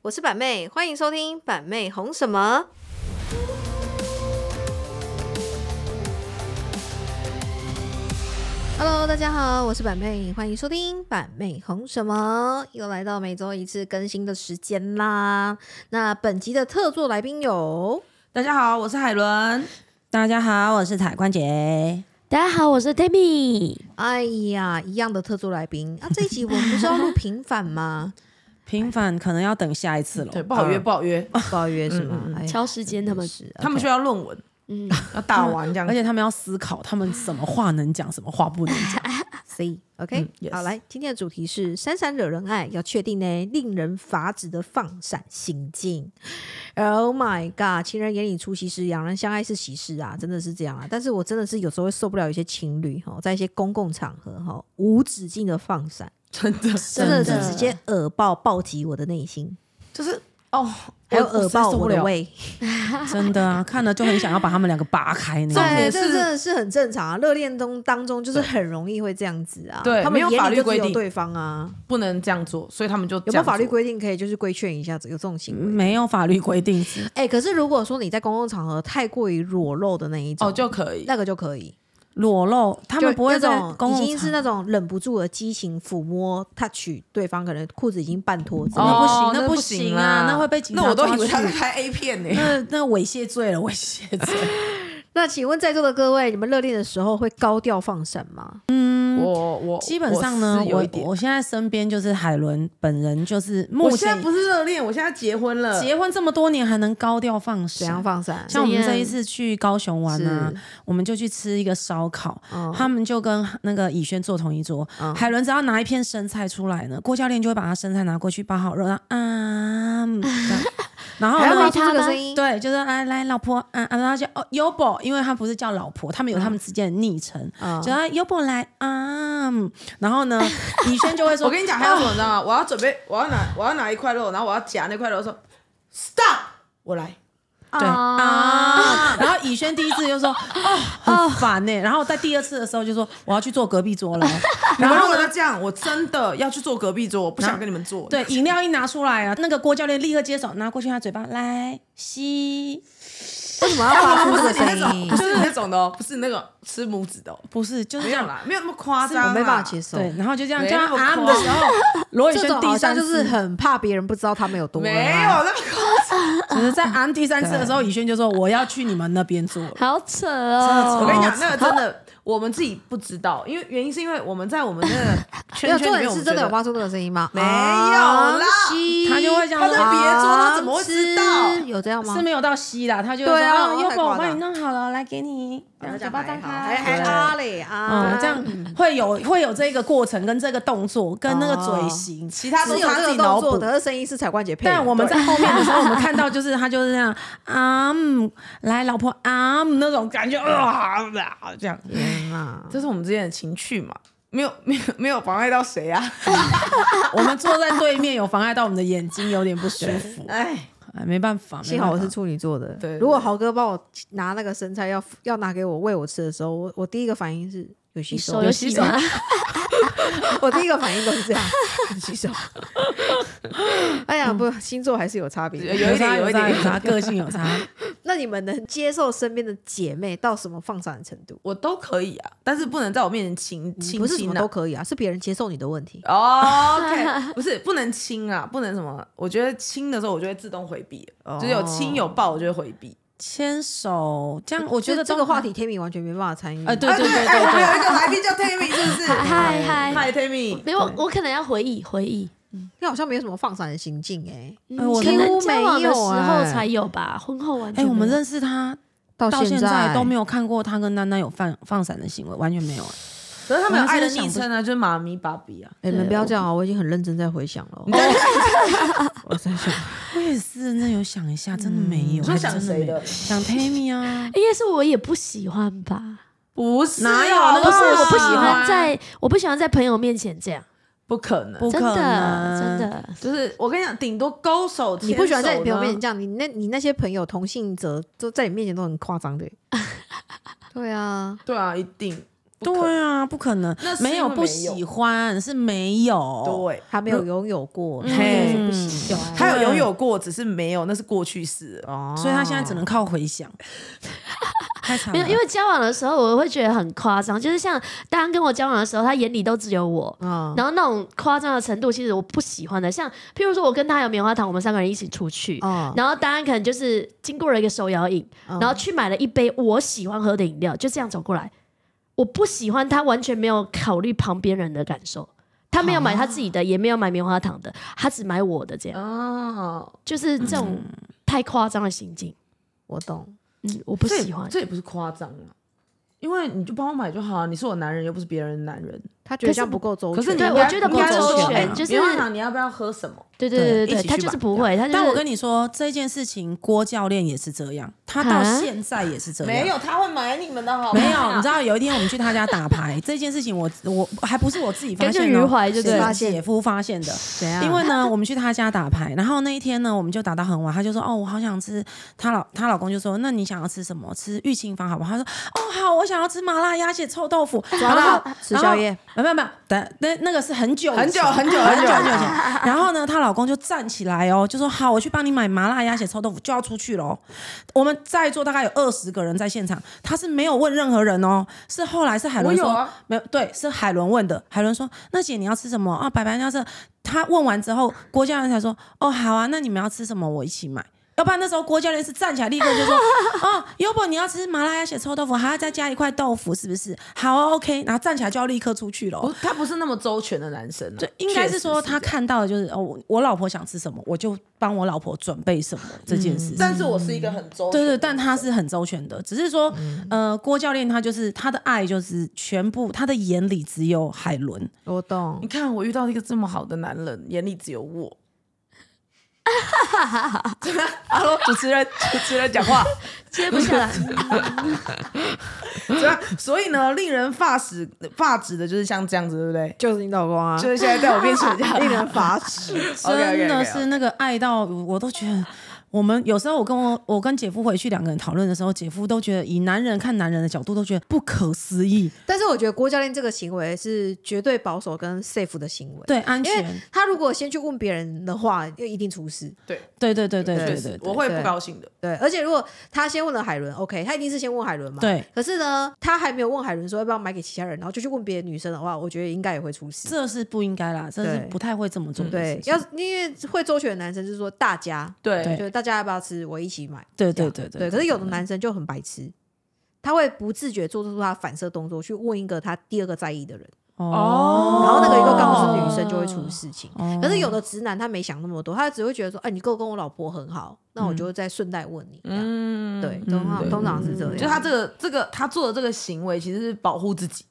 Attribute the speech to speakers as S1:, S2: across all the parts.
S1: 我是板妹，欢迎收听板妹红什么。Hello，大家好，我是板妹，欢迎收听板妹红什么，又来到每周一次更新的时间啦。那本集的特作来宾有，
S2: 大家好，我是海伦。
S3: 大家好，我是台关姐。
S4: 大家好，我是 Tammy。
S1: 哎呀，一样的特作来宾啊，这一集我们不是要录平反 吗？
S3: 平凡可能要等下一次了，
S2: 对，不好约，
S3: 嗯
S2: 不好 约，
S1: 不好约是吗？哎呀
S4: 嗯敲时间他们
S1: 是
S2: 他们需要论文，
S4: 嗯，
S2: 要打完这样
S3: 而。且他们要思考，他们什么话能讲，什么话不能讲。
S1: C OK，、
S2: 嗯，yes
S1: 好，来，今天的主题是“闪闪惹人爱”，要确定呢令人发指的放闪行径。Oh my god，情人眼里出西施，两人相爱是喜事啊，真的是这样啊。但是我真的是有时候会受不了一些情侣哈，在一些公共场合哈，无止境的放闪，
S2: 真的
S1: 真的
S4: 真的
S1: 是直接耳爆暴击我的内心，
S2: 就是哦，
S1: 还有
S2: 我
S1: 耳爆我的，
S2: 我实在受不了
S1: 胃。
S3: 真的啊，看了就很想要把他们两个拔开那
S2: 重
S3: 种。
S1: 对，
S2: 点
S1: 这
S2: 是
S1: 真的是很正常啊，热恋中当中就是很容易会这样子啊。
S2: 对
S1: 他们
S2: 没有
S1: 眼
S2: 法
S1: 里
S2: 律
S1: 就只
S2: 规
S1: 有
S2: 定
S1: 对方啊。
S2: 不能这样做，所以他们就这
S1: 有没有
S2: 样做
S1: 法律？规定可以就是规劝一下子有这种行为？
S3: 没有法律规定是
S1: 哎、可是如果说你在公共场合太过于裸露的那一种，
S2: 哦，就可以。
S1: 那个就可以，
S3: 裸露，他们
S1: 就
S3: 不会在
S1: 那种已
S3: 公共
S1: 经是
S3: 场
S1: 那种忍不住的激情抚摸、touch 对方，可能裤子已经半脱之类的。
S3: 那不行
S2: 哦
S3: 那不
S2: 行
S3: 行
S2: 啦
S3: 啊那会被警察
S2: 那我都
S3: 抓
S2: 以为他
S3: 去
S2: 在拍 A 片呢。
S3: 那那猥亵罪了，猥亵罪。
S1: 那请问在座的各位，你们热恋的时候会高调放闪吗？
S2: 我我
S3: 基本上呢
S2: 我，是有
S3: 我
S2: 一点，
S3: 我现在身边就是海伦本人，就是目
S2: 我现在
S3: 前
S2: 不是热恋，我现在结婚了。
S3: 结婚这么多年还能高调放
S1: 怎
S3: 闪
S1: 样。放闪？
S3: 像我们
S4: 怎样
S3: 这一次去高雄玩啊
S1: 是，
S3: 我们就去吃一个烧烤，
S2: 哦
S1: 嗯
S3: 他们就跟那个以轩坐同一桌。
S1: 嗯
S3: 海伦只要拿一片生菜出来呢，郭教练就会把他生菜拿过去包好肉，然后啊，嗯这 样然后
S1: 还要
S3: 呢
S1: 发
S4: 喂
S1: 出
S4: 他
S1: 这个
S4: 吗
S1: 声音？
S3: 对，就是来来老婆，啊啊，然后就哦优博，因为他不是叫老婆，他们有他们之间的昵称，
S1: 嗯
S2: 哦
S3: 就要优博来啊，嗯然后呢，以轩就会说，哦
S2: 我跟你讲，还有什么你知道吗？我要准备，我要拿，我要拿一块肉，然后我要夹那块肉，说 stop，我来。
S3: 对啊，然后以轩第一次就说 哦很烦呢、然后在第二次的时候就说我要去坐隔壁桌 了，然
S2: 然后如
S3: 后
S2: 果
S3: 呢
S2: 他这样，我真的要去坐隔壁桌，我不想跟你们坐。
S3: 对饮料一拿出来啊，那个郭教练立刻接手拿过去他嘴巴来吸，
S1: 为什么要发出
S2: 不
S1: 这个
S2: 是你那
S1: 声
S2: 种，
S1: 音
S2: 不？是你那种的哦，不是那种吃拇指的哦，
S3: 不是就是
S2: 没
S3: 这
S2: 有
S3: 样。
S2: 啦，没有那么夸张
S1: 我
S2: 啦，
S1: 没办法接受。
S3: 对，然后就这样
S2: 没
S3: 这样
S2: 那么
S3: 啊
S2: 夸
S3: 的时候，罗宇
S1: 这
S3: 轩
S1: 种
S3: 第
S1: 好像
S3: 三
S1: 就是
S3: 次，
S1: 很怕别人不知道他们有多
S2: 没
S1: 恩
S2: 有
S1: 爱
S2: 那么夸张。
S3: 只是在安第三次的时候，以轩就说我要去你们那边坐了。
S4: 好扯
S2: 我
S4: 哦！
S2: 跟你讲，那个真的我们自己不知道，因为原因是因为我们在我们那个
S1: 没有
S2: 圈圈
S1: 重
S2: 里面，
S1: 点
S2: 我
S1: 是
S2: 们
S1: 真的
S2: 觉
S1: 有
S2: 得
S1: 发出这个声音吗？啊
S2: 没有啦
S1: 西
S3: 他就会这样
S2: 他在
S3: 说
S2: 别桌，他怎么会知道？
S1: 啊有这样吗？
S3: 是没有到吸啦，他就会
S1: 对
S3: 说
S1: 啊
S3: 啊
S1: 太
S3: 优博
S1: 夸
S3: 我帮
S1: 张
S3: 你弄好了，来给你，然后
S2: 这
S3: 嘴
S2: 样
S3: 巴
S2: 还
S3: 张
S2: 好
S3: 开，
S2: 还还
S3: 对
S1: 啊嘞啊
S3: 嗯，这样会有会有这个过程跟这个动作跟那个嘴型，
S2: 其他都
S1: 是有
S2: 他
S1: 这
S2: 自
S1: 个
S2: 己脑
S1: 动作
S2: 补
S1: 的，可是声音是彩冠节配的。
S3: 但我们
S2: 对
S3: 在后面的时候，我们看到就是他就是这样啊，嗯来老婆啊嗯那种感觉啊啊这样，
S1: 天哪，
S2: 这是我们之间的情趣嘛。没有， 没有，没有妨碍到谁啊！
S3: 我们坐在对面有妨碍到我们的眼睛，有点不舒服，
S2: 哎，
S3: 哎，没办法，
S1: 幸好我是
S3: 没办法
S1: 处女座的。
S2: 对
S1: 如果豪哥帮我拿那个生菜要要拿给我喂我吃的时候，我我第一个反应是有洗
S4: 你
S1: 手
S4: 手，有
S1: 洗
S4: 洗吗？
S1: 我第一个反应都是这样， 有洗手。哎呀，不，星座还是有差别的。
S2: 有一点
S3: 差
S2: 有一
S3: 差
S2: 点
S3: 有差，个性有差，
S1: 那你们能接受身边的姐妹到什么放闪的程度？
S2: 我都可以啊，但是不能在我面前亲亲
S1: 嗯不是什么
S2: 亲
S1: 都
S2: 啊。
S1: 可以啊，是别人接受你的问题。
S2: 哦 OK，不是 不能亲啊，不能什么？我觉得亲的时候，我就会自动回避，
S1: 哦
S2: 只有亲有抱，我就会回避。
S3: 牵手这样，我觉得
S1: 这
S3: 都
S1: 个话题，天明完全没办法参与。
S3: 哎，对对对
S2: 哎，
S3: 对
S2: 我们
S3: 对。
S2: 有一个来宾叫 Tammy，是不是？
S4: 嗨嗨
S2: 嗨，Tammy，
S4: 没有，我可能要回忆回忆，
S1: 你好像没有什么放闪的行径哎、
S4: 嗯
S3: 哎我
S4: 可
S1: 几乎
S4: 能交往
S1: 没有
S4: 的时候
S1: 哎
S4: 才有吧，婚后完
S3: 哎，
S4: 全
S3: 我们
S4: 没有
S3: 认识他
S1: 到
S3: 到现在都没
S1: 有。
S3: 有看过他跟丹丹有放放闪的行为，完全没有。欸
S2: 可是他们有爱
S3: 我
S2: 的
S3: 还真的想
S2: 昵
S3: 不
S2: 称啊，就是妈咪、爸比啊。
S1: 哎、你们不要这样啊！我已经很认真在回想了。哦
S2: 哦
S1: 我在想，
S3: 我也是，那有想一下，真的没有。
S2: 你说
S3: 还
S2: 想
S3: 真的没
S2: 谁的
S3: 有想 Tammy 啊，
S4: 应该是我哎也不喜欢吧？
S2: 不是
S3: 哪有那
S2: 啊
S4: 不
S3: 个
S4: 是，
S3: 啊
S4: 我不喜欢在，我不喜欢在朋友面前这样，
S2: 不可能，
S3: 不可
S4: 真的真
S3: 能，。
S4: 的。
S2: 就是我跟你讲，顶多勾手，
S1: 你不喜欢在你朋友面前
S2: 讲，
S1: 这样，你那你那些朋友同性者都在你面前都很夸张的欸、对啊，
S2: 对啊，一定。可能
S3: 对啊，不可能，
S2: 那是
S3: 没有
S2: 因为
S3: 不
S2: 没
S3: 喜
S2: 有
S3: 欢是没有，
S2: 对，
S1: 他没有拥有过，他
S2: 哦嗯
S1: 就
S2: 嘿
S1: 是不喜欢。
S2: 他有拥有过，只是没有，那是过去式哦。
S3: 所以他现在只能靠回想。 太惨了，
S4: 没有，因为交往的时候我会觉得很夸张，就是像大安跟我交往的时候，他眼里都只有我，
S1: 啊，
S4: 然后那种夸张的程度，其实我不喜欢的。像譬如说，我跟他有棉花糖，我们三个人一起出去，
S1: 哦
S4: 然后当然可能就是经过了一个手摇饮，
S1: 啊嗯
S4: 然后去买了一杯我喜欢喝的饮料，就这样走过来。我不喜欢他，完全没有考虑旁边人的感受。他没有买他自己的，也没有买棉花糖的，他只买我的，这
S1: 啊
S4: 样
S2: 哦，
S4: 就是这种
S1: 嗯
S4: 太夸张的行径，
S1: 我懂。
S4: 嗯，我不
S2: 这也
S4: 喜欢。
S2: 这也不是夸张啊，因为你就帮我买就好啊，你是我男人，又不是别人的男人。
S1: 他觉得这样不够周全。
S2: 可是你
S4: 对
S2: 应该
S4: 我觉得
S2: 应该
S4: 不周
S2: 说
S4: 全
S2: 哎
S4: 就是
S2: 棉花糖你要不要喝什么？
S4: 对对对对
S2: 对一
S4: 对，
S2: 起
S4: 他
S2: 去
S4: 就是
S2: 吧
S4: 不会，他就是。
S3: 但我跟你说这件事情，郭教练也是这样，他到
S4: 啊
S3: 现在也是这样。
S2: 没有，他会买你们的好吗啊
S3: 没有，你知道有一天我们去他家打 牌这件事情我，我还不是我自己发
S4: 跟
S3: 现
S4: 着
S3: 的
S4: 余
S3: 哦，
S4: 淮就对
S3: 是
S1: 了
S3: 姐夫发现的。
S1: 怎样？
S3: 因为呢，我们去他家打牌，然后那一天呢，我们就打到很晚，他就说：“哦，我好想吃。”她老她老公就说：“那你想要吃什么？吃玉清坊好不好？”她说：“哦，好，我想要吃麻辣鸭血臭豆腐。”然
S1: 抓
S3: 后
S1: 到吃宵夜，
S3: 没有没有，等那那个是很久以前
S2: 很久很久
S3: 很久很
S2: 很久
S3: 久以前。然后呢，她老公就站起来哦，就说：“好，我去帮你买麻辣鸭血臭豆腐，就要出去喽。”我们在座大概有二十个人在现场，他是没有问任何人哦，是后来是海伦
S2: 我有
S3: 说、
S2: 啊
S3: 没有，对，是海伦问的。海伦说：“那姐你要吃什么啊？”白白要是他问完之后，郭教练才说：“哦，好啊，那你们要吃什么，我一起买。”要不然那时候郭教练是站起来立刻就说：“ 哦，优博你要吃麻辣鸭血臭豆腐，还要再加一块豆腐，是不是？好啊，OK。”然后站起来就要立刻出去了哦。
S2: 不，他不是那么周全的男生啊、
S3: 对，应该
S2: 确实
S3: 是说他
S2: 这样。
S3: 看到的就是哦，我我老婆想吃什么，我就帮我老婆准备什么这件事情。
S2: 嗯但是我是一个很周全的
S3: 对对，
S2: 人
S3: 但他是很周全的，只是说，呃，郭教练他就是他的爱就是全部，他的眼里只有海伦，
S1: 我懂
S2: 你。看我遇到一个这么好的男人，眼里只有 我。哈喽，主持人，主持人讲话。
S4: 接不 下来，
S2: 对啊所以呢，令人发指发指的就是像这样子，对不对？
S1: 就是你老公啊，
S2: 就是现在在我面前这 样，
S1: 令人发指。
S2: OK，OK，OK，OK
S3: 真的是那个爱到我都觉得。我们有时候，我跟我我跟姐夫回去两个人讨论的时候，姐夫都觉得以男人看男人的角度都觉得不可思议，
S1: 但是我觉得郭教练这个行为是绝对保守跟 safe 的行为。
S3: 对安
S1: 因为
S3: 全，
S1: 他如果先去问别人的话，就一定出事。
S2: 对
S3: 对对对对
S2: 确
S3: 对
S2: 实
S3: 对
S2: 我
S3: 对，
S2: 会
S1: 对
S2: 不高兴的。
S1: 对，而且如果他先问了海伦，OK，他一定是先问海伦嘛。。
S3: 对，
S1: 可是呢，他还没有问海伦说要不要买给其他人，然后就去问别的女生的话，我觉得应该也会出事。
S3: 这是不应该啦，这是
S1: 对
S3: 不太会这么做的事
S1: 对，
S3: 情
S1: 要是因为会周旋的男生就是说大家，
S2: 对
S3: 对
S1: 就大家要不要吃，我一起买。
S3: 对
S1: 这
S3: 对
S1: 样
S3: 对
S1: 对，可是有的男生就很白痴，他会不自觉做出他反射动作去问一个他第二个在意的人，
S3: 哦，
S1: 然后那个又刚好是
S3: 哦
S1: 女生，就会出事情。
S3: 哦
S1: 可是有的直男他没想那么多，他只会觉得说，哎，你够跟我老婆很好，那
S3: 嗯
S1: 我就再顺带问你。这样
S2: 嗯，
S1: 对，通常
S2: 对嗯
S1: 通常是这样，
S2: 就他这个这个他做的这个行为，其实是保护自己。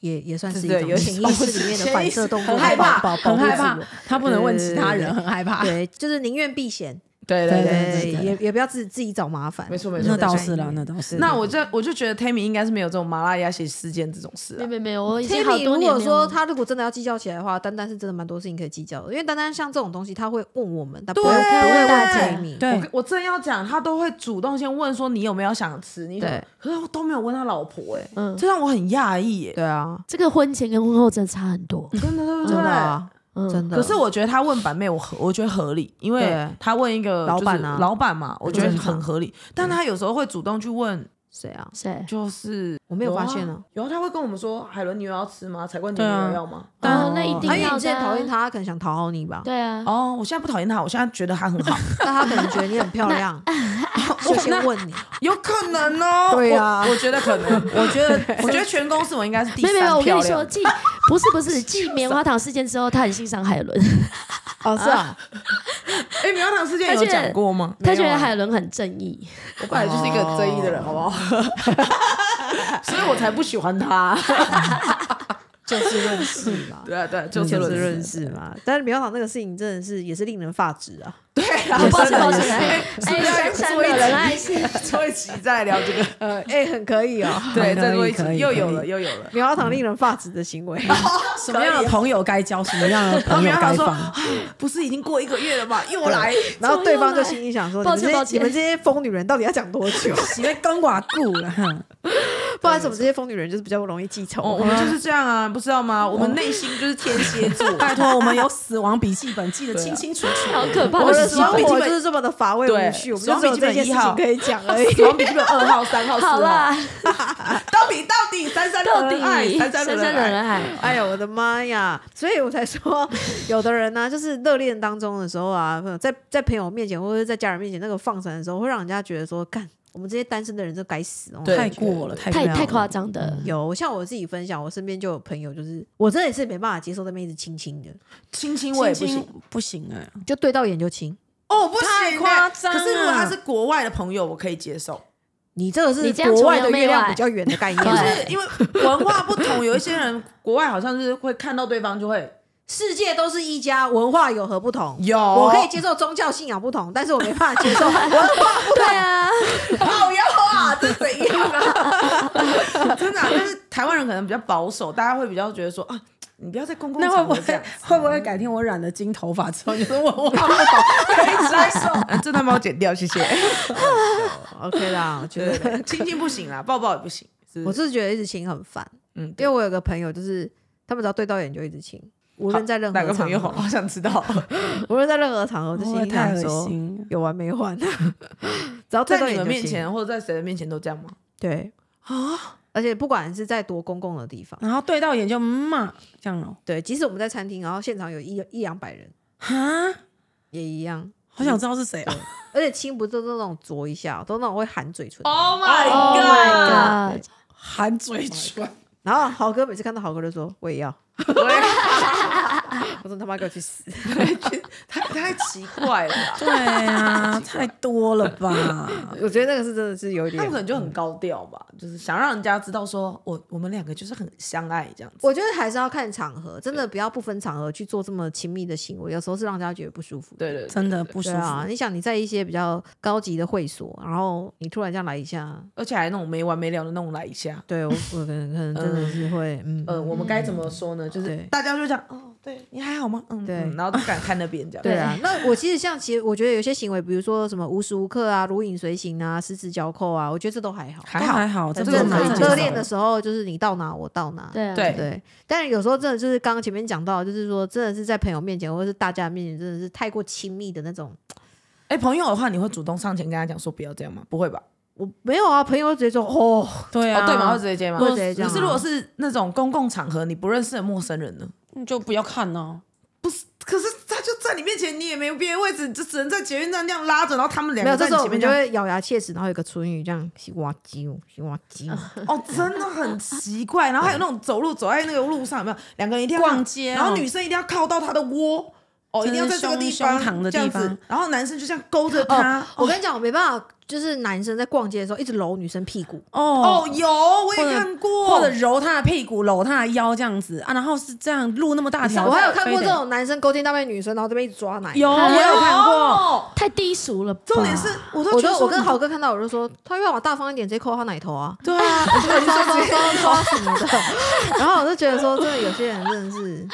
S1: 也也算是一
S2: 对
S1: 种
S2: 有
S1: 潜意识里面的反射动作，
S2: 很害怕
S1: 保保
S3: 很
S1: 保护
S3: 害
S1: 自
S3: 怕
S1: 我，
S3: 他不能问其他人，很害 怕。
S1: 对，就是宁愿避嫌，
S2: 对
S3: 对
S1: 对，
S3: 对
S1: 也也不要自己自己找麻烦
S2: 没。错没错。
S3: 那
S2: 没错
S3: 倒是啦，那倒是。
S2: 那我就我就觉得 Tammy 应该是没有这种麻辣鸭血事件这种事、
S4: 没
S2: 啊。
S4: 没没有，我已经好
S1: Tammy，
S4: 多
S1: 如
S4: 年哦
S1: 果
S4: 没有
S1: 说他如果真的要计较起来的话，丹丹是真的蛮多事情可以计较的，因为丹丹像这种东西，他会问我们，他不会不
S2: 对
S1: 会问
S2: 对
S1: Tammy。
S3: 对
S2: 我我正要讲，他都会主动先问说你有没有想吃，你有没有
S1: 对
S2: 可是我都没有问他老婆哎、
S4: 嗯
S2: 这让我很讶异耶，
S1: 对啊，
S4: 这个婚前跟婚后真的差很多。
S2: 真的对不对？
S1: 真的啊，
S4: 嗯
S1: 真的。
S2: 可是我觉得他问板妹，我合我觉得合理，因为
S1: 对
S2: 他问一个
S1: 老板啊
S2: 就是老板嘛，我觉得
S1: 正常
S2: 很合理。但他有时候会主动去问，
S1: 谁啊？
S4: 谁？
S2: 就是
S1: 我没有发现
S2: 啊
S1: 啊。，
S2: 有啊，他会跟我们说海伦，你有要吃吗？才冠你
S3: 对啊
S2: 有要吗？
S3: 当然
S4: 哦，那一定
S1: 他因为
S4: 要
S1: 你之前
S4: 的啊
S1: 讨厌他，他可能想讨好你吧？
S4: 对啊，
S2: 哦，我现在不讨厌他，我现在觉得他很好，
S1: 但他可能觉得你很漂亮，就先问你。
S2: 有可能哦。
S1: 对啊
S2: 我我觉得可能，我觉得，我觉得全公司我应该是第
S4: 没有
S2: 三
S4: 没有，我跟
S2: 漂
S4: 你说，
S2: 亮。
S4: 继不是不是，继棉花糖事件之后，他很欣赏海伦，
S1: 哦，是啊，
S2: 哎，苗糖事件有
S4: 而且
S2: 讲过吗？啊
S4: 他觉得海伦很正义。
S2: 我本来就是一个很正义的人，好不好？哦 所以我才不喜欢他。
S1: 就事论事嘛。
S2: 对啊，对啊，就
S1: 就
S2: 事
S1: 事
S2: 论
S1: 论事嘛，但是苗场那个事情真的是也是令人发指啊！
S2: 对啊，
S4: 抱歉
S2: 真的
S4: 抱歉，
S2: 哎
S4: 哎，
S2: 是不是要
S4: 珊珊惹
S2: 做一
S4: 人爱
S2: 集，做一集再来聊这个，
S1: 呃，哎、很可以 哦。
S2: 对，再做一
S3: 可以可
S2: 集，
S3: 以
S2: 又
S3: 可以
S2: 有了，又有了。
S1: 棉花糖令人发指的行 为，
S3: 什么样的朋友该交，什么样的朋友
S2: 然后
S3: 该
S2: 他说
S3: 放。
S2: 啊不是已经过一个月了吗？又来，
S1: 然后对方就心里想说：“你
S4: 抱
S1: 们
S4: 歉
S1: 这些
S4: 抱歉
S1: 你们这些疯女人到底要讲多 久？
S3: 是在跟我顾了哈，
S1: 不然怎么这些疯女人就是比较容易记仇？”
S2: 哦我我们就是这样啊，不知道吗？我们内心就是天蝎座，
S3: 拜托，我们有死亡笔记本，记得清清楚楚。
S4: 好可怕
S1: 我
S4: 的
S1: 的
S4: 事
S1: 死
S4: 情
S1: 亡。
S2: 笔
S1: 笔
S2: 记
S1: 记
S2: 本
S1: 就是这么的乏味
S2: 对
S1: 无趣，我们
S2: 死
S1: 就
S2: 亡
S1: 只有
S2: 笔记
S1: 这
S2: 本
S1: 件事
S2: 一号
S1: 情可以讲 而已。
S2: 死亡笔记本二号、三号、四
S4: 好
S2: 号，
S4: 啦，
S2: 到底到底三三
S4: 到底
S2: 三三
S4: 珊珊惹人爱，
S1: 哎呦我的妈呀！所以我才说，有的人呢、就是热恋当中的时候啊，在在朋友面前或者是在家人面前那个放闪的时候，会让人家觉得说，干我们这些单身的人就该死哦。
S2: 对
S3: 太过了，太
S4: 太太夸
S3: 张。
S4: 张的。
S1: 有像我自己分享，我身边就有朋友，就是我真的也是没办法接受那边一直亲亲的，
S2: 亲亲我也
S3: 亲
S2: 不行
S3: 亲不行哎，
S1: 就对到眼就亲。
S2: 哦，不行欸，
S3: 太夸张
S2: 可是如果他
S3: 了
S2: 是国外的朋友，我可以接受，
S1: 你这个
S4: 你
S1: 是
S4: 这样
S1: 国
S4: 崇
S1: 外的
S4: 洋媚
S1: 月亮
S4: 外
S1: 比较圆的概念，啊
S4: 对
S1: 就是
S2: 是因为文化不同，有一些人国外好像是会看到对方就会
S1: 世界都是一家，文化有何不同？
S2: 有
S1: 我可以接受宗教信仰不同，但是我没办法接受文化
S4: 对啊，
S2: 好呀啊，这怎样啊？真的啊、但是台湾人可能比较保守，大家会比较觉得说啊，你不要在公共
S3: 那会
S2: 场
S3: 不
S2: 合这
S3: 会
S2: 样。嗯
S3: 会不会改天我染了金头发之后，就是问我
S2: 可以接受， 啊这段帮我剪掉，谢谢。
S1: OK 啦，我觉
S2: 对对
S1: 得
S2: 对，亲亲不行啦，抱抱也不行，是不
S1: 我
S2: 是
S1: 是觉得一直亲很烦，
S2: 嗯
S1: 因为我有个朋友就是他们只要对到眼就一直亲，无论在任
S2: 哪
S1: 何
S2: 个
S1: 场
S2: 朋友好
S1: 合，
S2: 好想知道？
S1: 无论在任何场合，我就
S3: 会不
S1: 心
S3: 会
S1: 里
S3: 太
S1: 想
S3: 恶
S1: 说
S3: 心？
S1: 有完没完， 只要对到
S2: 在
S1: 眼
S2: 你
S1: 就
S2: 们
S1: 亲
S2: 面前或者在谁的面前都这样吗？
S1: 对啊，而且不管是在多公共的地方，
S3: 然后对到眼就嗯嘛这样哦，
S1: 对，即使我们在餐厅，然后现场有一一两百人
S3: 哈，
S1: 也一样，
S3: 好想知道是谁哦。
S1: 而且亲不都是那种啄一下，哦都那种会含嘴唇。
S4: Oh
S2: Oh
S4: my god！
S3: 含嘴唇，
S1: 然后豪哥每次看到豪哥就说 我也要，我说他妈给我去死！
S2: 太太奇怪了 啦，
S3: 对啊，太多了吧？
S1: 我觉得那个是真的是有一
S2: 他
S1: 点嗯
S2: 们可，能就很高调吧，就是想让人家知道说哦我我们两个就是很相爱这样子。
S1: 我觉得还是要看场合，真的不要不分场合去做这么亲密的行为，有时候是让人家觉得不舒服。
S2: 对对，对
S3: 真的不舒
S1: 对
S3: 服。
S1: 啊，你想你在一些比较高级的会所，然后你突然这样来一下，
S2: 而且还那种没完没了的那种来一下。
S1: 对我我可能可能真的是会嗯
S2: 呃，我们该怎么说呢？就是
S1: 对
S2: 大家就讲哦，对你还好吗？嗯，
S1: 对
S2: 嗯然后都不敢看那边这样。
S1: 对啊，那我其实像其实我觉得有些行为，比如说什么无时无刻啊、如影随形啊、十指交扣啊，我觉得这都还好。
S2: 还
S3: 都
S2: 好
S3: 还好，这
S1: 很
S3: 个
S1: 正
S3: 可以
S1: 常，
S3: 接受
S1: 热恋的时候就是你到哪我到哪。
S4: 对啊，
S2: 对
S1: 对，但有时候真的就是刚刚前面讲到，就是说真的是在朋友面前或者是大家面前，真的是太过亲密的那种。
S2: 哎，朋友的话，你会主动上前跟他讲说不要这样吗？不会吧？
S1: 我没有啊，朋友直接说哦，
S3: 对
S2: 哦，
S3: 啊，
S2: 对吗？会直接接吗？
S1: 会直接这样
S2: 可
S1: 啊
S2: 是如果是那种公共场合，你不认识的陌生人呢？
S3: 你嗯就不要看呢、
S2: 可是他就在你面前，你也没有别的位置，就只能在捷运站那样拉着，然后他们两
S1: 没有，
S2: 个
S1: 这时
S2: 在你
S1: 候我
S2: 前
S1: 们
S2: 面
S1: 就
S2: 这样。
S1: 会咬牙切齿，然后有个唇语这样西瓜鸡哦，西瓜鸡哦，
S2: 哦，真的很奇怪。然后还有那种走路走在那个路上，有没有？两个人一定要
S3: 逛街哦
S2: 然后女生一定要靠到他的窝，哦，一定要在这个地方
S3: 就是胸胸膛的地方
S2: 这样子然后男生就这样勾着他。
S1: 哦我跟你讲，我没办法，就是男生在逛街的时候一直揉女生屁股，
S2: 哦
S3: 哦，
S2: 有我
S3: 或
S2: 也
S3: 者
S2: 看
S1: 哦
S2: 过，
S3: 或者揉他的屁股，搂他的腰这样子啊，然后是这样露那么大条，
S1: 哦我还有看过
S3: 非
S1: 这
S3: 得
S1: 种啊男生勾肩搭背女生，然后这边一直抓奶。
S3: 有，我有看过，
S2: 哦。
S4: 太低俗了吧。
S2: 重点是，我都
S1: 我
S2: 觉
S1: 就
S2: 得
S1: 我跟
S2: 好
S1: 豪哥看到，我就说他越往大方一点，直接抠他奶头啊，
S2: 对 啊，
S1: 抓抓抓抓什么的。 然后我就觉得说，真的有些人真的是，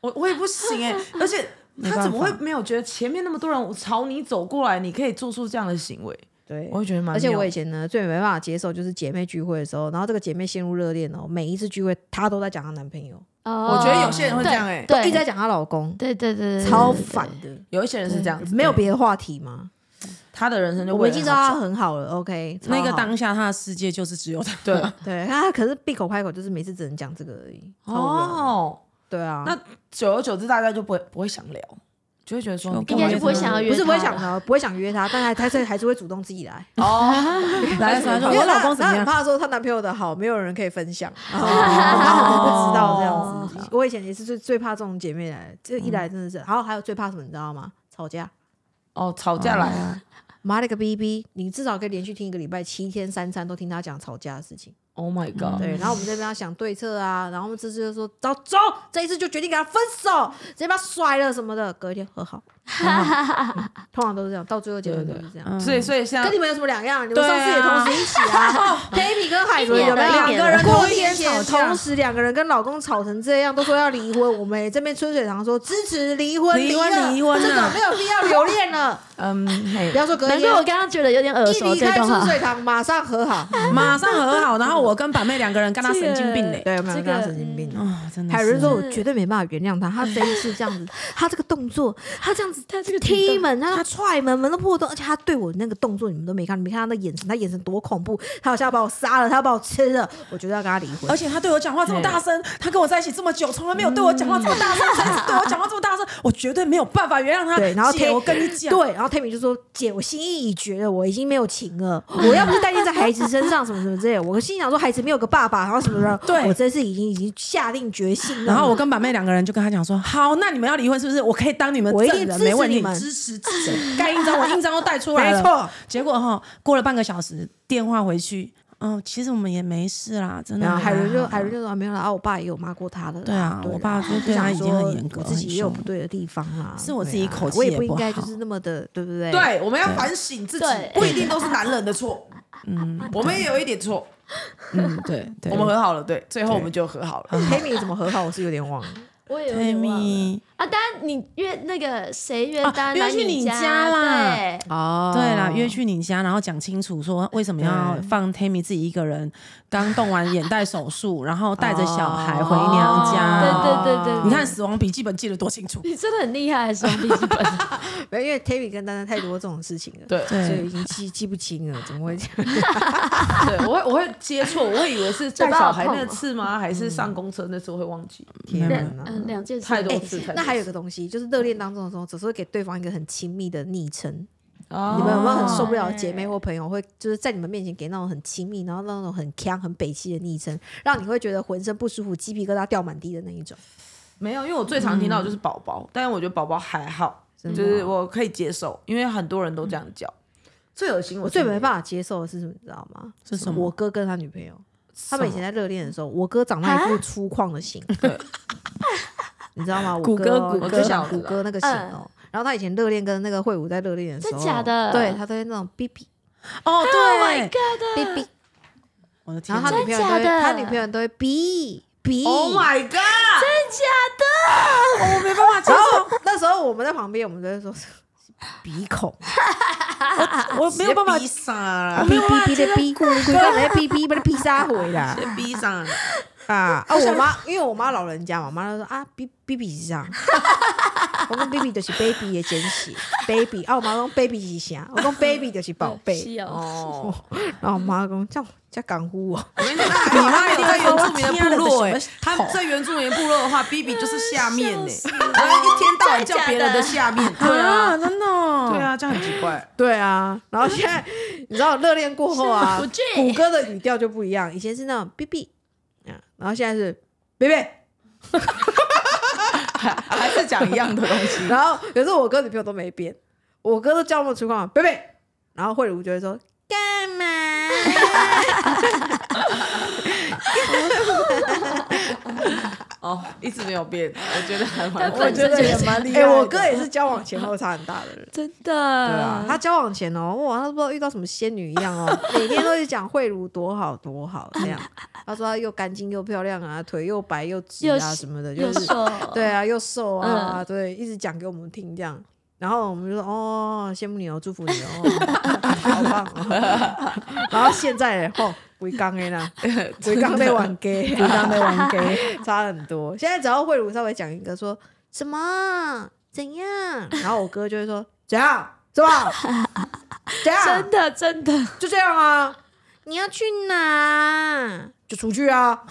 S2: 我我也不行哎，而且
S3: 办
S2: 他
S3: 法
S2: 怎么会没有觉得前面那么多人朝你走过来，你可以做出这样的行为？
S1: 对
S2: 我会觉得蛮
S1: 而
S2: 妙的。
S1: 且我以前呢，最没办法接受就是姐妹聚会的时候，然后这个姐妹陷入热恋哦，每一次聚会她都在讲她男朋友，
S4: 我
S2: 我觉得有些人会这样欸
S4: 哦对，
S1: 一直在
S4: 对
S1: 讲她老公，
S4: 对对对，对
S1: 超烦的。
S2: 有一些人是这
S3: 啊
S2: 样子，
S1: 没有别的话题吗？
S2: 他的人生就
S1: 我们
S2: 为
S1: 已
S2: 了
S1: 经
S2: 他
S1: 知道啊她很好了，OK 超好。
S3: 那个当下他的世界就是只有他，
S2: 对
S1: 对，她可是闭口开口就是每次只能讲这个而已。超无聊的，
S2: 哦，
S1: 对啊，
S2: 那久而久之，大家就不会不会想聊，就会觉得说
S3: 就
S4: 应该
S3: 是
S4: 就不会想要约，
S1: 不哦是不会想。的，不会想约她，但还还是还是会主动自己 来。
S2: 哦，
S3: 来的时候
S1: 因
S3: 说
S1: 为
S3: 我
S1: 她
S3: 老公怎
S1: 她很
S3: 么样，哦
S1: 怕说她男朋友的好，没有人可以分享，然后我不知道这样子。我以前也是最最怕这种姐妹来，这一
S3: 嗯
S1: 来真的是，然后还有最怕什么，你知道吗？吵架。
S2: 哦，吵架来了，
S1: 妈了个逼逼！你至少可以连续听一个礼拜，七天三餐都听她讲吵架的事情。
S2: Oh my god！
S1: 对，然后我们这边要想对策啊， 然后我们这次就说走走，这一次就决定给他分手，直接把他甩了什么的，隔一天和 好，嗯通常都是这样，到最后结论都是这样。
S3: 嗯
S2: 所以所以像
S1: 跟你们有什么两样？你们
S2: 对
S1: 上次也
S2: 啊
S1: 同时一起 啊，Baby 跟海伦有没有
S4: 一
S1: 两
S4: 年
S1: 个
S4: 的
S1: 人
S2: 过
S1: 过
S2: 年
S1: 年前
S2: 吵架
S1: 同时两个人跟老公吵成这样，都说要离婚，我们也这边春水堂说支持离婚，
S3: 离婚
S1: 了
S3: 离婚
S1: 这种
S3: 了
S1: 没有必要留恋 了。
S2: 嗯，嘿
S1: 不要说隔
S4: 难怪
S1: 夜，
S4: 我刚刚觉得有点耳
S1: 一
S4: 熟
S1: 离
S4: 这
S1: 开
S4: 段
S1: 春
S4: 话。
S1: 水堂马上和好，
S3: 马上和好，然后我跟板妹两个人跟他
S4: 这
S3: 神
S4: 个
S3: 经病嘞，
S1: 对，有没有
S4: 这
S1: 跟他
S4: 个
S1: 神经病？
S3: 啊，真的是。
S1: 海伦说：“我绝对没办法原谅他，他这一次这样子，他这个动作，他这样子，
S4: 他这个
S1: 踢
S4: 举动
S1: 门，他踹门，门都破洞，而且他对我那个动作，你们都没看，你没看他的眼神，他眼神多恐怖，他好像要把我杀了，他要把我吃了，我觉得要跟他离婚
S3: 而。且他对我讲话这么大声，他跟我在一起这么久，从来没有对我讲话这么大声，这次对我讲话这么大声，我绝对没有办法原谅他。
S1: 嗯对，然后
S3: 姐，
S1: Tammy-
S3: 我跟你讲，
S1: 对，然后 Tammy 就说：“姐，我心意已决了，我已经没有情了，我要不是担心在孩子身上什么什么之类的，我心想说孩子没有个爸爸，然后什么的，
S3: 对
S1: 我这次已经已经下定决心了。”
S3: 然后我跟板妹两个人就跟他讲说，好，那你们要离婚是不是？我可以当你们证
S1: 我一定
S3: 人，
S1: 支持
S3: 没问
S1: 你
S3: 题，
S1: 们
S3: 支持支持，该印章我印章都带出来 了。
S1: 没错，
S3: 结果哈，过了半个小时，电话回去，嗯，其实我们也没事啦，真的。
S1: 然后海伦就
S3: 嗯还好
S1: 海伦就说啊没有啦，啊我爸也有骂过他的啦，
S3: 对啊
S1: 啦
S3: 我爸就
S1: 就
S3: 对他
S1: 想
S3: 已经
S1: 说
S3: 很严格
S1: 我自己也
S3: 很
S1: 有
S3: 凶
S1: 不对的地方啦，
S3: 是我自
S1: 对
S3: 己
S1: 啊
S3: 口气
S1: 我也
S3: 也
S1: 应
S3: 不
S1: 该
S3: 好
S1: 就是那么的，对不对？
S2: 对，我们要反省自己
S4: 对，
S2: 不一定都是男人 的错。嗯，我们也有一点错，
S3: 嗯，对 对，
S2: 我们和好了，对，最后我们就和好了。
S1: ，Tammy 怎么和好，我是有点忘了。
S4: 我也有点忘了
S3: Tammy，
S4: 啊，当然你约那个谁约
S3: 啊
S4: 单
S3: 约
S4: 来
S3: 去你
S4: 你
S3: 家啦
S4: 对
S1: 哦
S3: 对啦，约去你家，然后讲清楚说为什么要放 Tammy 自己一个人，刚动完眼袋手术，然后带着小孩回娘家。
S4: 哦对对对对
S3: 你看《死亡笔记本》记得多清楚。
S4: 你真的很厉害，兄弟基本。
S1: 没有因为 Tammy 跟丹丹太多这种事情了，
S2: 对
S1: 所以
S3: 对
S1: 已经记记不清了，怎么会这样？
S2: 对，我会我会接错，我会以为是带
S4: 嘴巴
S2: 小
S4: 好
S2: 孩
S4: 痛
S2: 那
S1: 啊
S4: 哦
S2: 次吗？还
S1: 嗯
S2: 是上公车那次我会忘记？
S1: 天哪！
S4: 嗯，两件事
S2: 太多
S4: 哎
S2: 次，太多
S1: 那还有一
S2: 次
S1: 个东西，就是热恋当中的时候，总是会给对方一个很亲密的昵称。
S2: 哦
S1: 你们有没有很受不了的姐妹或朋友会就是在你们面前给那种很亲密，然后那种很强、很北气的昵称，让你会觉得浑身不舒服、鸡皮疙瘩掉满地的那一种？
S2: 没有，因为我最常听到的就是宝宝，但是我觉得宝宝还好，就是我可以接受，因为很多人都这样叫。最恶心，
S1: 我
S2: 我
S1: 最没
S2: 法，
S1: 办法接受的是什么，你知道吗？
S3: 是什么
S1: 我哥跟他女朋友，他们以前在热恋的时候，我哥长那
S4: 啊
S1: 一副粗犷的型， 你知道吗？我
S3: 谷歌
S1: 哦
S3: 谷歌
S1: 我就想谷歌那个型哦。然后他以前热恋跟那个慧武在热恋的时候，
S4: 嗯真假的
S1: 对他都会那种哔哔
S3: 哦，对，
S1: 哔哔，
S3: 我的天
S1: Oh 然
S3: 哪，
S1: 后他女朋友都会，
S4: 真假的
S1: 他女朋友都会哔哔。
S2: Oh my god！
S3: 我没办法接
S1: 然后那时候我们在旁边，我们都会说 鼻 孔，
S3: 受，我没有办法
S2: 逼上啊
S1: 哔，哔哔的哔，
S3: 啊
S1: 谷歌来哔哔，把它哔杀回来。
S2: 别逼上啊，
S1: 啊啊！我妈因为我妈老人家嘛，我妈就说啊，B B B 是这样， 我跟 B B 就是 baby 的简写，baby 啊，我妈讲 baby 是啥？我讲 baby 就是宝贝
S4: 是，哦，
S2: 哦，
S1: 然后我妈讲这样这样哦港呼我，
S2: 我跟你讲，那还好他没有在原住民的部落
S3: 你妈一定会说我天啊你的
S2: 哎
S3: 什么，
S2: 他
S3: 头
S2: 在原住民部落的话，B B 就是下面 哎，他一天到
S4: 哎
S2: 晚叫别人的下面，对 啊，
S3: 啊，真的哦，
S2: 对啊，这样很奇怪。
S1: 对啊，然后现在你知道热恋过后 啊
S4: 我，去
S1: 谷歌的语调就不一样，以前是那种 B B 啊，然后现在是 B B，
S2: 啊还是讲一样的东西。
S1: 然后有时候我哥女朋友都没变，我哥都叫我们厨房 baby，然后慧茹就会说干嘛？
S2: 哦，一直没有变，我觉得还蛮
S4: 但
S2: 好
S4: 本
S2: 的。
S4: 身就
S1: 也
S4: 是
S1: 蛮厉害。哎、我哥也是交往前后差很大的人。
S4: 真
S1: 对
S4: 的，嗯
S1: 啊，他交往前哦，哇，他不知道遇到什么仙女一样哦，每天都是讲慧茹多好多好这样。他说他又干净又漂亮啊，腿又白又直
S4: 又
S1: 啊
S4: 是
S1: 什么的，就
S4: 又
S1: 是
S4: 瘦，
S1: 对啊，又瘦啊，对，一直讲给我们听这样。然后我们就说哦，羡慕你哦，祝福你哦，好棒、哦。 然后现在哦，维刚 A 啦，维刚被玩 gay，维刚被玩 gay，差很多。现在只要慧茹稍微讲一个说什么怎样，然后我哥就会说怎样怎么怎样
S4: 真，的真的，
S1: 就这样啊。你要去哪？就出去啊！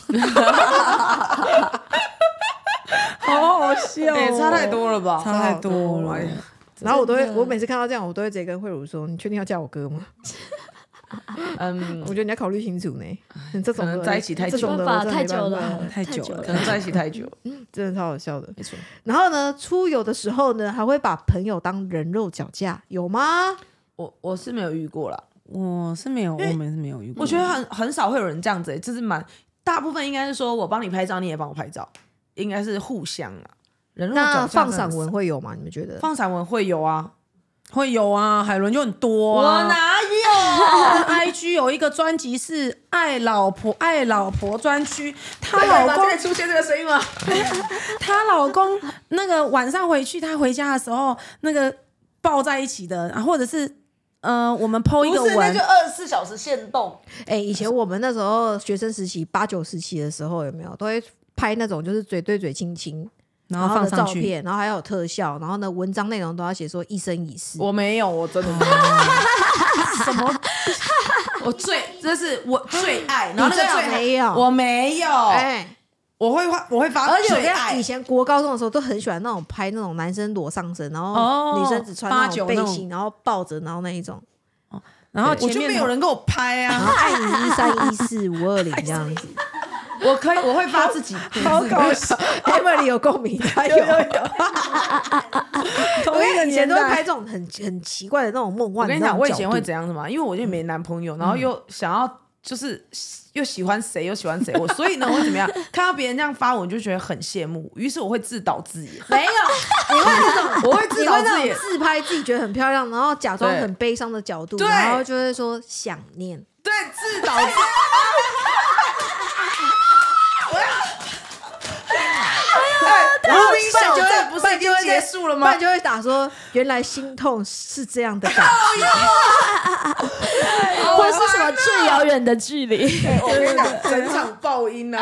S3: 好好笑
S2: 哎、
S3: 哦，
S2: 差太多了吧？
S3: 差太多了
S2: 哎呀
S1: 然后我都会，我每次看到这样，我都会直接跟慧茹说：“你确定要嫁我哥吗？”
S2: 嗯
S1: 我，觉得你要考虑清楚呢。嗯这种
S2: 可
S1: 的
S2: 能在一起太久
S1: 这种
S4: 没
S1: 的
S4: 办
S1: 我
S4: 法，
S1: 真的
S4: 太
S1: 没办
S4: 久
S1: 法
S4: 了，
S3: 太久了
S2: 可能在一起太久了，
S1: 真的超好笑的。
S2: 没错。
S1: 然后呢，出游的时候呢，还会把朋友当人肉脚架，有吗？
S2: 我我是没有遇过啦，
S3: 我是没有，我们是没有遇过。
S2: 我觉得很很少会有人这样子、欸，就是蛮大部分应该是说我帮你拍照，你也帮我拍照，应该是互相啊。人肉
S1: 那
S2: 脚架
S1: 放
S2: 真的
S1: 散
S2: 很
S1: 文会有吗？你们觉得？
S2: 放散文会有啊，
S3: 会有啊，海伦就很多
S2: 我
S3: 啊。
S2: 哪有？
S3: IG 有一个专辑是爱老婆爱老婆专区，她
S2: 老
S3: 老公
S2: 公出现这个声音吗？
S3: 她老公那个晚上回去，她回家的时候那个抱在一起的，啊或者是呃，我们剖一个
S2: 不是，那
S3: 吻
S2: 就，二十四小时限动。
S1: 哎、以前我们那时候学生时期，八九时期的时候，有没有都会拍那种就是嘴对嘴亲亲，
S3: 然
S1: 然
S3: 后放
S1: 的照
S3: 上去。
S1: 片，然后还有特效，然后呢文章内容都要写说一生一世。
S2: 我没有，我真的没有。
S1: 哦
S2: 什么？ 我最这是我最爱，然后那
S1: 最
S2: 个
S1: 好
S2: 最
S1: 没有
S2: 我没有，
S1: 哎、
S2: 我会画，我会
S3: 啊
S2: 发，
S1: 而且我
S2: 最
S1: 跟你讲
S2: 爱
S1: 以。前国高中的时候都很喜欢那种拍那种男生裸上身，然后
S3: 哦
S1: 女生只穿那
S3: 八
S1: 种
S3: 九
S1: 背
S3: 那种
S1: 心，然后抱着，然后那一 种，
S3: 然后
S2: 我
S3: 前
S2: 就
S3: 面
S2: 没有人跟我拍
S1: 然
S2: 啊！
S1: 后爱你一三一四五二零这 样子。
S2: 我可以，我会发自己，
S1: 好搞笑，Emily 有共鸣， 她有。
S3: 同
S1: 我
S3: 一个
S1: 以前
S3: 年
S1: 都会
S3: 代
S1: 拍这种很很奇怪的那种梦幻
S2: 我
S1: 的
S2: 跟你
S1: 那
S2: 讲，
S1: 种角度。
S2: 我以前会怎样子嘛？因为我就没男朋
S1: 嗯
S2: 友，然后又想要就是又喜欢谁又喜 欢谁，我所以呢，我会怎么样？看到别人这样发，我就觉得很羡慕，于是我会自导自演。
S1: 没有，你会那种，
S2: 我会自
S1: 你
S2: 导
S1: 会
S2: 自
S1: 那
S2: 演
S1: 种自拍自己觉得很漂亮，然后假装
S2: 对
S1: 很悲伤的角度，
S2: 对
S1: 然后就会说想念。
S2: 对，自导自 演。哎，无名小站不是已经结束了
S1: 不
S2: 吗
S1: 然？就会打说，原来心痛是这样的感 觉。
S4: 或是什么最遥远的距 离。
S2: 我跟你讲，整场爆音啊！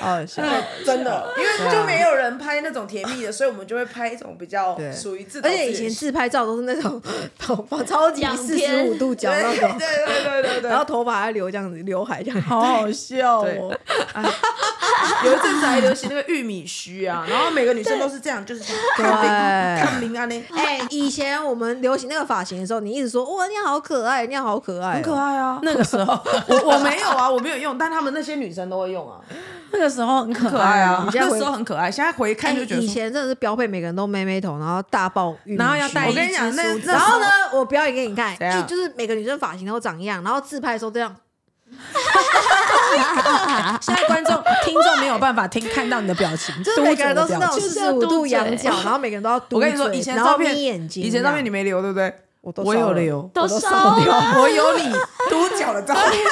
S1: 哦，是
S2: 真的，因
S3: 啊
S2: 为就没有人拍那种甜蜜的，所以我们就会拍一种比较属于自导
S1: 而
S2: 自
S1: 且以
S2: 演
S1: 前 自拍照都是那种头发超级
S4: 仰
S1: 四十
S4: 天
S1: 五度角
S2: 对
S1: 那种，
S2: 对对对对对，
S1: 然后头发还留这样子，刘海这样。
S3: 好好笑
S2: 对
S3: 哦。
S2: 有一阵子还流行那个玉米须啊，然后每个女生都是这样，就是这样看明
S1: 对
S2: 看明啊呢，
S1: 哎、以前我们流行那个发型的时候，你一直说哇，你好可爱，你好可爱哦、
S2: 很可爱啊。
S3: 那个时候，
S2: 我我没有啊，我没有用，但他们那些女生都会用啊，
S3: 那个时候很可
S2: 可爱啊，
S1: 你现在回
S2: 那时候很可爱，现在回看
S1: 哎
S2: 就觉得
S1: 以
S2: 说
S1: 前真的是标配，每个人都妹妹头，然后大爆玉米须，
S3: 然后要戴
S2: 我跟你讲，那那
S1: 然
S2: 时
S1: 后
S2: 候
S1: 呢，我表演给你看，
S2: 怎样
S1: 一就是每个女生发型都长一样，然后自拍的时候这样，
S3: 现在观 众听众没有办法听看到你的表情，
S1: 就是每个人都是那种
S3: 嘟
S1: 四
S3: 嘴的表情
S1: 十五度仰角，
S4: 就是要嘟
S1: 然后每个人都要嘟嘴。
S2: 我跟你说，以前
S1: 然后
S2: 照片
S1: 眯眼睛，
S2: 以前照片你没留对不对？
S1: 我都
S2: 我
S1: 烧
S2: 有
S1: 了
S2: 留，
S4: 都
S1: 我都
S4: 烧
S1: 烧掉。
S2: 我有 你独角的照片，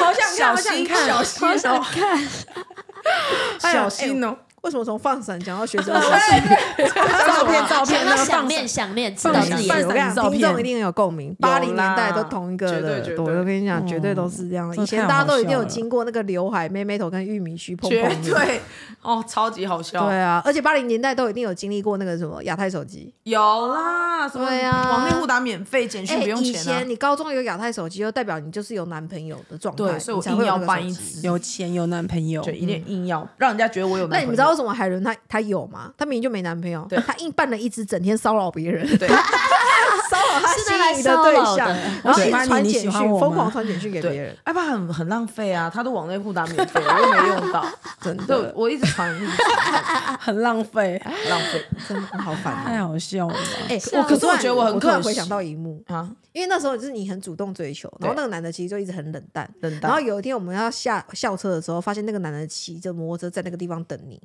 S3: 好想看，好
S2: 小
S3: 想
S2: 心
S3: 看，
S2: 小心
S4: 好想
S2: 哦，
S4: 看，
S2: 小心哦，
S1: 哎为什么从放闪讲到学 生
S2: 啊
S3: 照片照片那个
S4: 想到想
S3: 放
S4: 念
S3: 闪，
S4: 想念，知
S2: 哎
S3: 放
S4: 道
S3: 闪
S4: 自己
S3: 放
S1: 我
S3: 闪
S1: 跟你讲，
S3: 照
S1: 听
S3: 片
S1: 众一定有共鸣。八零年代都同一个
S2: 绝对绝
S1: 的，
S2: 对嗯
S1: 我就跟你讲，绝对都是这样。
S3: 这
S1: 以前
S3: 太
S1: 大家
S3: 好
S1: 都一
S3: 笑
S1: 定有
S3: 了
S1: 经过那个刘海、妹妹头跟玉米须碰碰
S2: 绝
S1: 面。
S2: 对哦，超级好笑，
S1: 对啊，而且八零年代都一定有经历过那个什么亚太手机。
S2: 有啦，什么
S1: 对啊
S2: 网内互打免费，简讯
S1: 哎
S2: 不用
S1: 以
S2: 钱啊
S1: 前，你高中有亚太手机，就代表你就是有男朋友的状态，
S2: 对，所以
S1: 你
S2: 我
S1: 才
S2: 硬
S1: 会有
S2: 要
S1: 那个
S2: 办
S1: 手
S2: 一
S1: 机
S2: 次，
S3: 有钱有男朋友，
S2: 对，一定硬要让人家觉得我有
S1: 那
S2: 男
S1: 你们
S2: 朋友，
S1: 知道为什么海伦她她有吗？她明明就没男朋友，
S2: 对
S1: 她硬办了一支整天骚扰别人，
S2: 对
S1: 骚扰她
S4: 是
S1: 心
S4: 拿来
S1: 仪的
S4: 骚
S1: 对
S4: 扰
S1: 象
S4: 的，
S1: 然后
S3: 我
S1: 一
S3: 喜
S1: 直
S3: 欢你
S1: 传
S3: 你
S1: 简
S3: 喜
S1: 讯，
S3: 欢我
S1: 疯狂
S3: 吗
S1: 传简讯给别人
S2: 对，，哎，不然很很浪费啊，他都网内互打免费，我又没 用到，
S1: 真的
S2: 对，我一直传，一直传
S3: 很浪费，
S2: 浪费
S1: 真的好烦啊。
S3: 太好笑了。
S1: 哎，
S4: 啊
S1: 我
S4: 可
S2: 是我
S1: 突然
S2: 觉得我很
S1: 突然
S2: 可
S1: 回
S2: 惜
S1: 想到一幕，
S2: 啊，
S1: 因为那时候就是你很主动追求，然后那个男的其实就一直很冷淡，
S2: 冷
S1: 然后
S2: 淡，
S1: 有一天我们要下校车的时候，发现那个男的骑着摩托车在那个地方等你，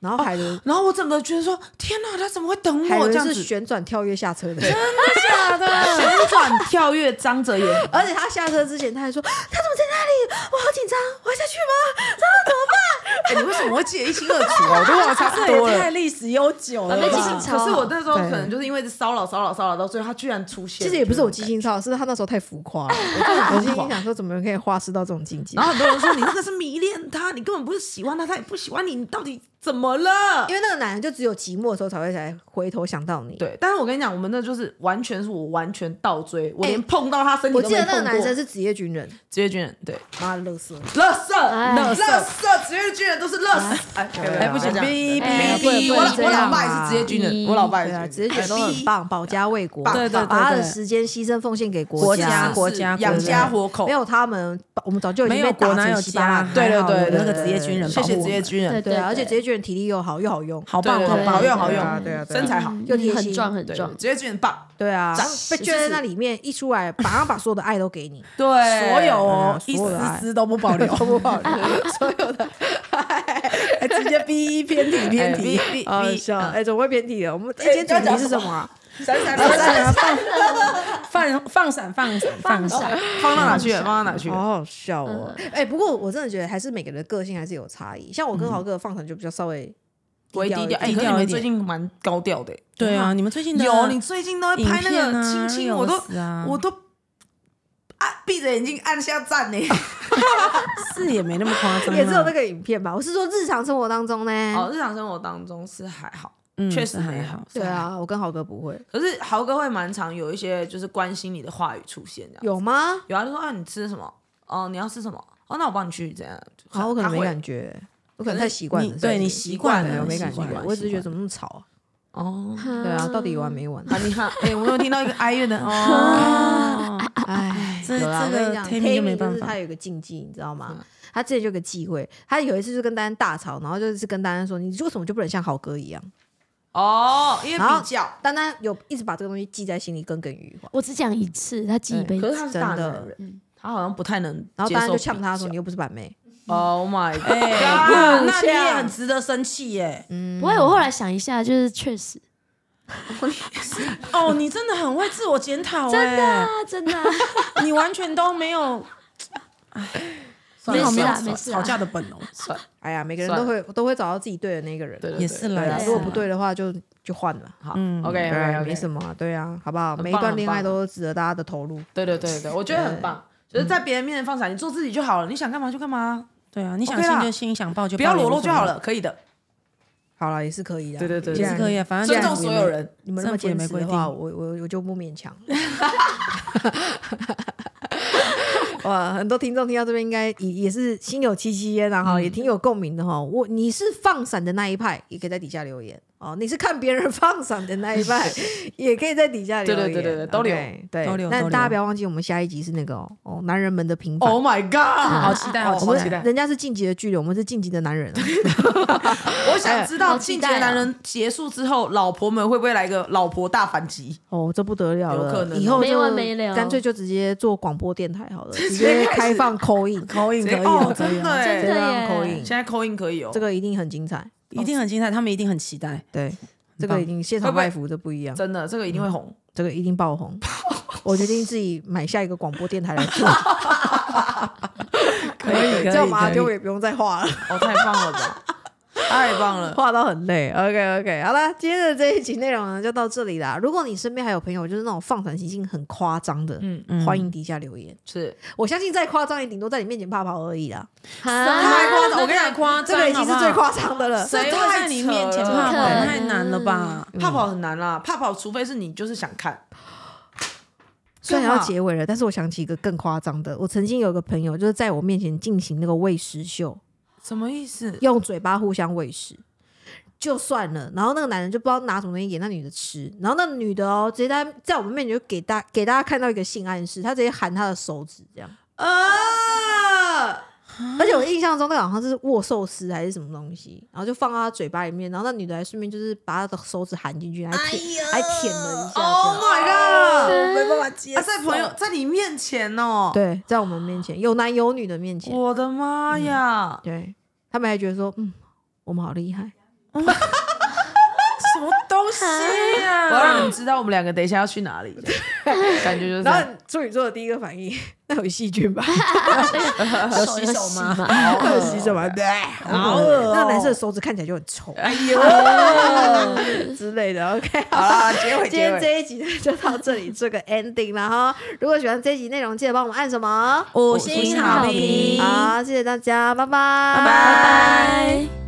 S1: 然后海伦、
S2: 然后我整个觉得说，天哪，他怎么会等
S1: 海
S2: 哦我这
S1: 伦
S2: 样
S1: 是
S2: 子？
S1: 旋转跳跃下车的。
S2: 假的，旋转跳跃，张哎着 眼，
S1: 而且他下车之前，他还说：“他怎么在那里？我好紧张，我要下去吗？这要怎么办
S2: 哎、你为什么会记得一清二楚啊？我都忘了差不多
S3: 这也
S2: 了。
S3: 太历史悠久了
S4: 啊那
S3: 吧，
S4: 记性
S2: 可是我那时候
S1: 对
S2: 可能就是因为骚扰、骚扰、骚扰到最后，他居然出？”现。
S1: 其实也不是我记
S2: 记。
S1: 性差，是他那时候太浮夸了。我就很心想说，怎么可以花痴到这种境界
S2: 然？后很多人说你那个是迷恋他，你根本不是喜欢他，他也不喜欢你，你到底怎么了？
S1: 因为那个男人就只有寂寞的时候才会才回头想到你。，
S2: 对，但是我跟你讲，我们那就是完全是我完全倒追，我连碰到他身体
S1: 我
S2: 都
S1: 记
S2: 没
S1: 得
S2: 碰
S1: 那
S2: 过。
S1: 个男生是职业军人，
S2: 职业军人，对，
S1: 妈的，乐色。
S2: 乐色，
S4: 哎
S2: 乐色，职业军人都是乐色。哎，
S1: 哎
S2: 不
S1: 不行
S2: 行，
S3: 哔
S4: 哎
S2: 哔哔，
S4: 不能
S2: 我老
S4: 这
S2: 我
S4: 样
S2: 老
S4: 嘛
S2: 爸也是职业军人，
S4: 哔
S2: 我老爸也
S1: 对啊，
S2: 是
S1: 职业军人都很。棒，保家卫国，
S2: 棒
S3: 对对对
S1: 把他的
S3: 对
S1: 时间牺牲奉献给
S3: 国
S1: 家，
S3: 家国家
S2: 家养
S3: 国家
S2: 家活口
S1: 没，有他们，我们早就已
S3: 没
S1: 经被
S3: 有
S1: 打
S3: 国哪
S1: 成
S3: 有
S1: 稀巴
S3: 家
S1: 烂。，
S2: 对对
S3: 还好有
S2: 对对
S3: 那个职业军人
S2: 谢
S3: 保护我
S2: 谢
S3: 们，
S2: 职业军人
S4: 对。
S1: 对啊，而且职业军巨人体力又好，又好用，
S3: 好棒
S2: 对
S3: 好
S2: 对
S3: 棒，
S2: 好用好
S4: 对
S2: 用
S4: 啊，
S2: 对啊对啊
S4: 嗯
S2: 身材好，
S1: 又贴心
S4: 很壮很
S2: 对，
S4: 壮
S2: 直。接巨人棒，
S1: 对啊
S2: 长，
S1: 被圈在那里面一出来，马上把所有的爱都给你，
S2: 对，
S3: 所有
S1: 哎呀
S3: 哦，
S1: 所
S3: 一
S1: 有的爱
S3: 丝丝 都不保留，
S1: 好不好？
S3: 哎直接逼呃偏题 偏
S2: 哎 B
S3: 题。
S2: B
S1: 啊，
S2: B，
S1: 笑，哎，怎么会偏题了？我们哎
S2: 哎
S1: 今天主题是什么啊？
S2: 闪闪
S3: 放
S2: 闪闪，
S3: 闪放放闪放闪放闪，
S2: 放到哪去了？放到哪去 了？
S1: 好好笑哦！哎，不过我真的觉得还是每个人的个性还是有差异。像我跟豪哥的放闪就比较稍微
S2: 微低调，
S1: 一点
S2: 哎，可是你们最近蛮高调的欸。
S3: 对啊，你们最近的
S2: 有，你最近都会
S3: 影
S2: 拍那
S3: 片
S2: 个
S3: 啊
S2: 亲亲，我
S3: reels 啊
S2: 都我都啊闭着眼睛按下赞呢。
S3: 是也没那么夸张啊，
S1: 也只有那个影片吧。我是说日常生活当中呢，
S2: 哦，日常生活当中是还好，
S3: 嗯
S2: 确实
S3: 是还
S2: 没有
S3: 好。
S1: 对啊，我跟豪哥不会
S2: 可是豪哥会蛮常有一些就是关心你的话语出现，这样
S1: 有吗？
S2: 有啊，就说啊你吃什么？哦，你要吃什么？哦，那我帮你去这样。
S1: 好，我可能
S2: 啊他
S1: 没
S2: 会
S1: 感觉，我可能太习惯了。
S3: 你
S1: 是不是
S3: 对你习惯
S1: 对
S3: 了
S1: 我没感
S3: 习惯
S1: 觉，
S3: 了
S1: 我只是觉得怎么那么吵啊？
S2: 哦，
S1: 对啊，
S4: 嗯
S1: 到底有完没完？
S2: 啊你看，哎，我有听到一个 哀怨的哦，
S3: 哦，
S1: 哎，
S3: 这
S1: 有啦
S3: 这个
S1: 我跟你讲
S3: Tammy 就
S1: Tammy
S3: 没办
S1: 就是
S3: 法
S1: 他有一个禁忌，你知道吗？他之前就有个忌讳，他有一次就跟丹丹大吵，然后就是跟丹丹说：“你为什么就不能像豪哥一样
S2: 哦，因为
S1: 然后
S2: 比较，？”
S1: 丹丹有一直把这个东西记在心里，耿耿于怀。
S4: 我只讲一次，他记一辈
S2: 可
S4: 子。
S2: 是他是
S1: 真
S2: 大
S1: 的
S2: 男人，他好像不太能接受比较。
S1: 然后丹丹就呛他说：“你又不是板妹。
S2: Oh my god！
S3: 哎，哇那你也很值得生气耶！
S4: 不会，我后来想一下，就是确实，
S3: 哦，你真的很会自我检讨，真的，
S4: 啊，真的啊，
S3: 你完全都没有，哎，
S4: 没事啊
S3: 算了
S4: 没事啊
S3: 吵架的本能，
S2: 算了”
S1: 哎呀，每个人
S2: 算
S1: 都
S2: 了
S1: 会都会找到自己对的那个人。
S2: 对对对
S3: 也是
S2: 对哦
S1: 对
S3: 啦
S1: 啊，
S4: 对啊
S1: 如果不对的话就就换了。
S2: 好
S3: 嗯
S2: ，OK
S1: 对
S2: OK，
S1: 没什么啊，对啊，好不好？
S2: 很棒
S1: 每一段恋爱
S2: 很棒
S1: 都值得大家的投入。
S2: 对对对对，我觉得很棒，
S1: 嗯
S2: 就是在别人面前放闪，你做自己就好了，你想干嘛就干嘛，
S3: 对啊，你想
S2: OK 啦
S3: 信就信，想抱就抱
S2: 不要裸
S3: 也
S2: 露
S3: 无所谓
S2: 就好，了，可以的，
S1: 好了，也是可以的。
S2: 对对对
S1: 既
S3: 也
S1: 然
S3: 是可以啊，反正
S2: 尊
S3: 政
S2: 重
S3: 府
S2: 所
S3: 也
S2: 有
S3: 没。
S2: 人。
S1: 你们那么
S3: 政府也
S1: 坚
S3: 没
S1: 持的
S3: 规
S1: 话，
S3: 定
S1: 我我我就不勉强。 哇，很多听众听到这边应该也也是心有戚戚焉啊，然
S2: 嗯
S1: 后、也挺有共鸣的哈。我你是放闪的那一派，也可以在底下留言哦。你是看别人放闪的那一 派，也可以在底下留言。
S2: 对对对对对都留
S1: OK，对
S3: 都留
S1: 但
S3: 都留
S1: 大家不要忘记，我们下一集是那个哦，哦男人们的平凡。
S2: Oh my god！
S3: 好期待
S2: 哦
S3: 好期
S1: 我
S2: 好
S1: 们
S2: 期待！
S1: 人家是晋级的巨人，我们是晋级的男人啊、
S2: 我想知道
S4: 好
S2: 《
S4: 期
S2: 进
S4: 待
S2: 阶
S4: 哦
S2: 男人》结束之后，老婆们会不会来个老婆大反击？
S1: 哦，这不得了了，
S2: 有可能哦
S1: 以后就
S4: 没完没了
S1: 干脆就直接做广播电台好了，直接开放口 音，
S3: 口音可以
S2: 哦
S3: 哦，可以
S2: 真的
S3: 哦，
S2: 哎
S1: 直接让
S4: 耶
S1: 口音
S2: 现，在扣印可以哦
S1: 这，个一定很精彩。
S3: 一定很精彩，他们一定很期待。
S1: 对，这个已经现场
S2: 会不会
S1: 卖服这不一样，
S2: 真的这个一定会红。
S1: 这个一定爆红。我决定自己买下一个广播电台来做，
S3: 可以，
S1: 这样马丢也不用再画了，
S2: 哦，太棒了吧！太棒了！
S1: 画到很累。OK OK，好了，今天的这一集内容呢就到这里啦。如果你身边还有朋友就是那种放闪行径很夸张的，
S2: 嗯
S1: 欢迎底下留言。
S2: 是
S1: 我相信再夸张也顶多在你面前怕跑而已啦，
S4: 啊
S2: 夸张我跟你
S3: 讲，夸张，
S1: 这个已经是最夸张的了。
S3: 谁会在你面前怕
S4: 这太扯
S3: 跑？
S4: 了
S3: 太难了吧？
S2: 怕跑很难啦，怕跑除非是你就是想看，
S1: 虽然
S2: 干
S1: 要
S2: 嘛
S1: 结尾了，但是我想起一个更夸张的。我曾经有个朋友，就是在我面前进行那个喂食秀，
S2: 什么意思？
S1: 用嘴巴互相喂食，就算了。然后那个男人就不知道拿什么东西给那女的吃，然后那女的哦，直接在在我们面前就给大给大家看到一个性暗示，她直接含她的手指这样。
S2: 啊！
S1: 而且我印象中那个好像是握寿司还是什么东西，然后就放到她嘴巴里面，然后那女的还顺便就是把她的手指含进去，还舔、还舔了一下这样。
S2: my god！
S3: 没办法接
S2: 啊，在朋友在你面前哦，
S1: 对，在我们面前有男有女的面前，
S2: 我的妈呀！
S1: 对他们还觉得说，嗯，我们好厉害。
S3: 什么东
S2: 啊
S3: 西
S2: 我
S3: 呀？
S2: 要让你们知道我们两个等一下要去哪 里，感觉就是这
S1: 然
S2: 样。
S1: 后处女座的第一个反应， 那有细菌 吧？
S3: 有洗手吗？
S1: 那 有细菌吧？对，
S3: 好恶哦
S1: 那个男生的手指看起来就很臭
S2: 哎呦，
S1: 之类的。OK，
S2: 好啦，结 尾
S1: 今
S2: 结
S1: 天
S2: 尾，
S1: 这一集呢就到这里，做个 ending 了哈。如果喜欢这一集内容，记得帮我们按什么？
S3: 五星好评。
S1: 好，谢谢大家，拜拜，拜
S4: 拜拜。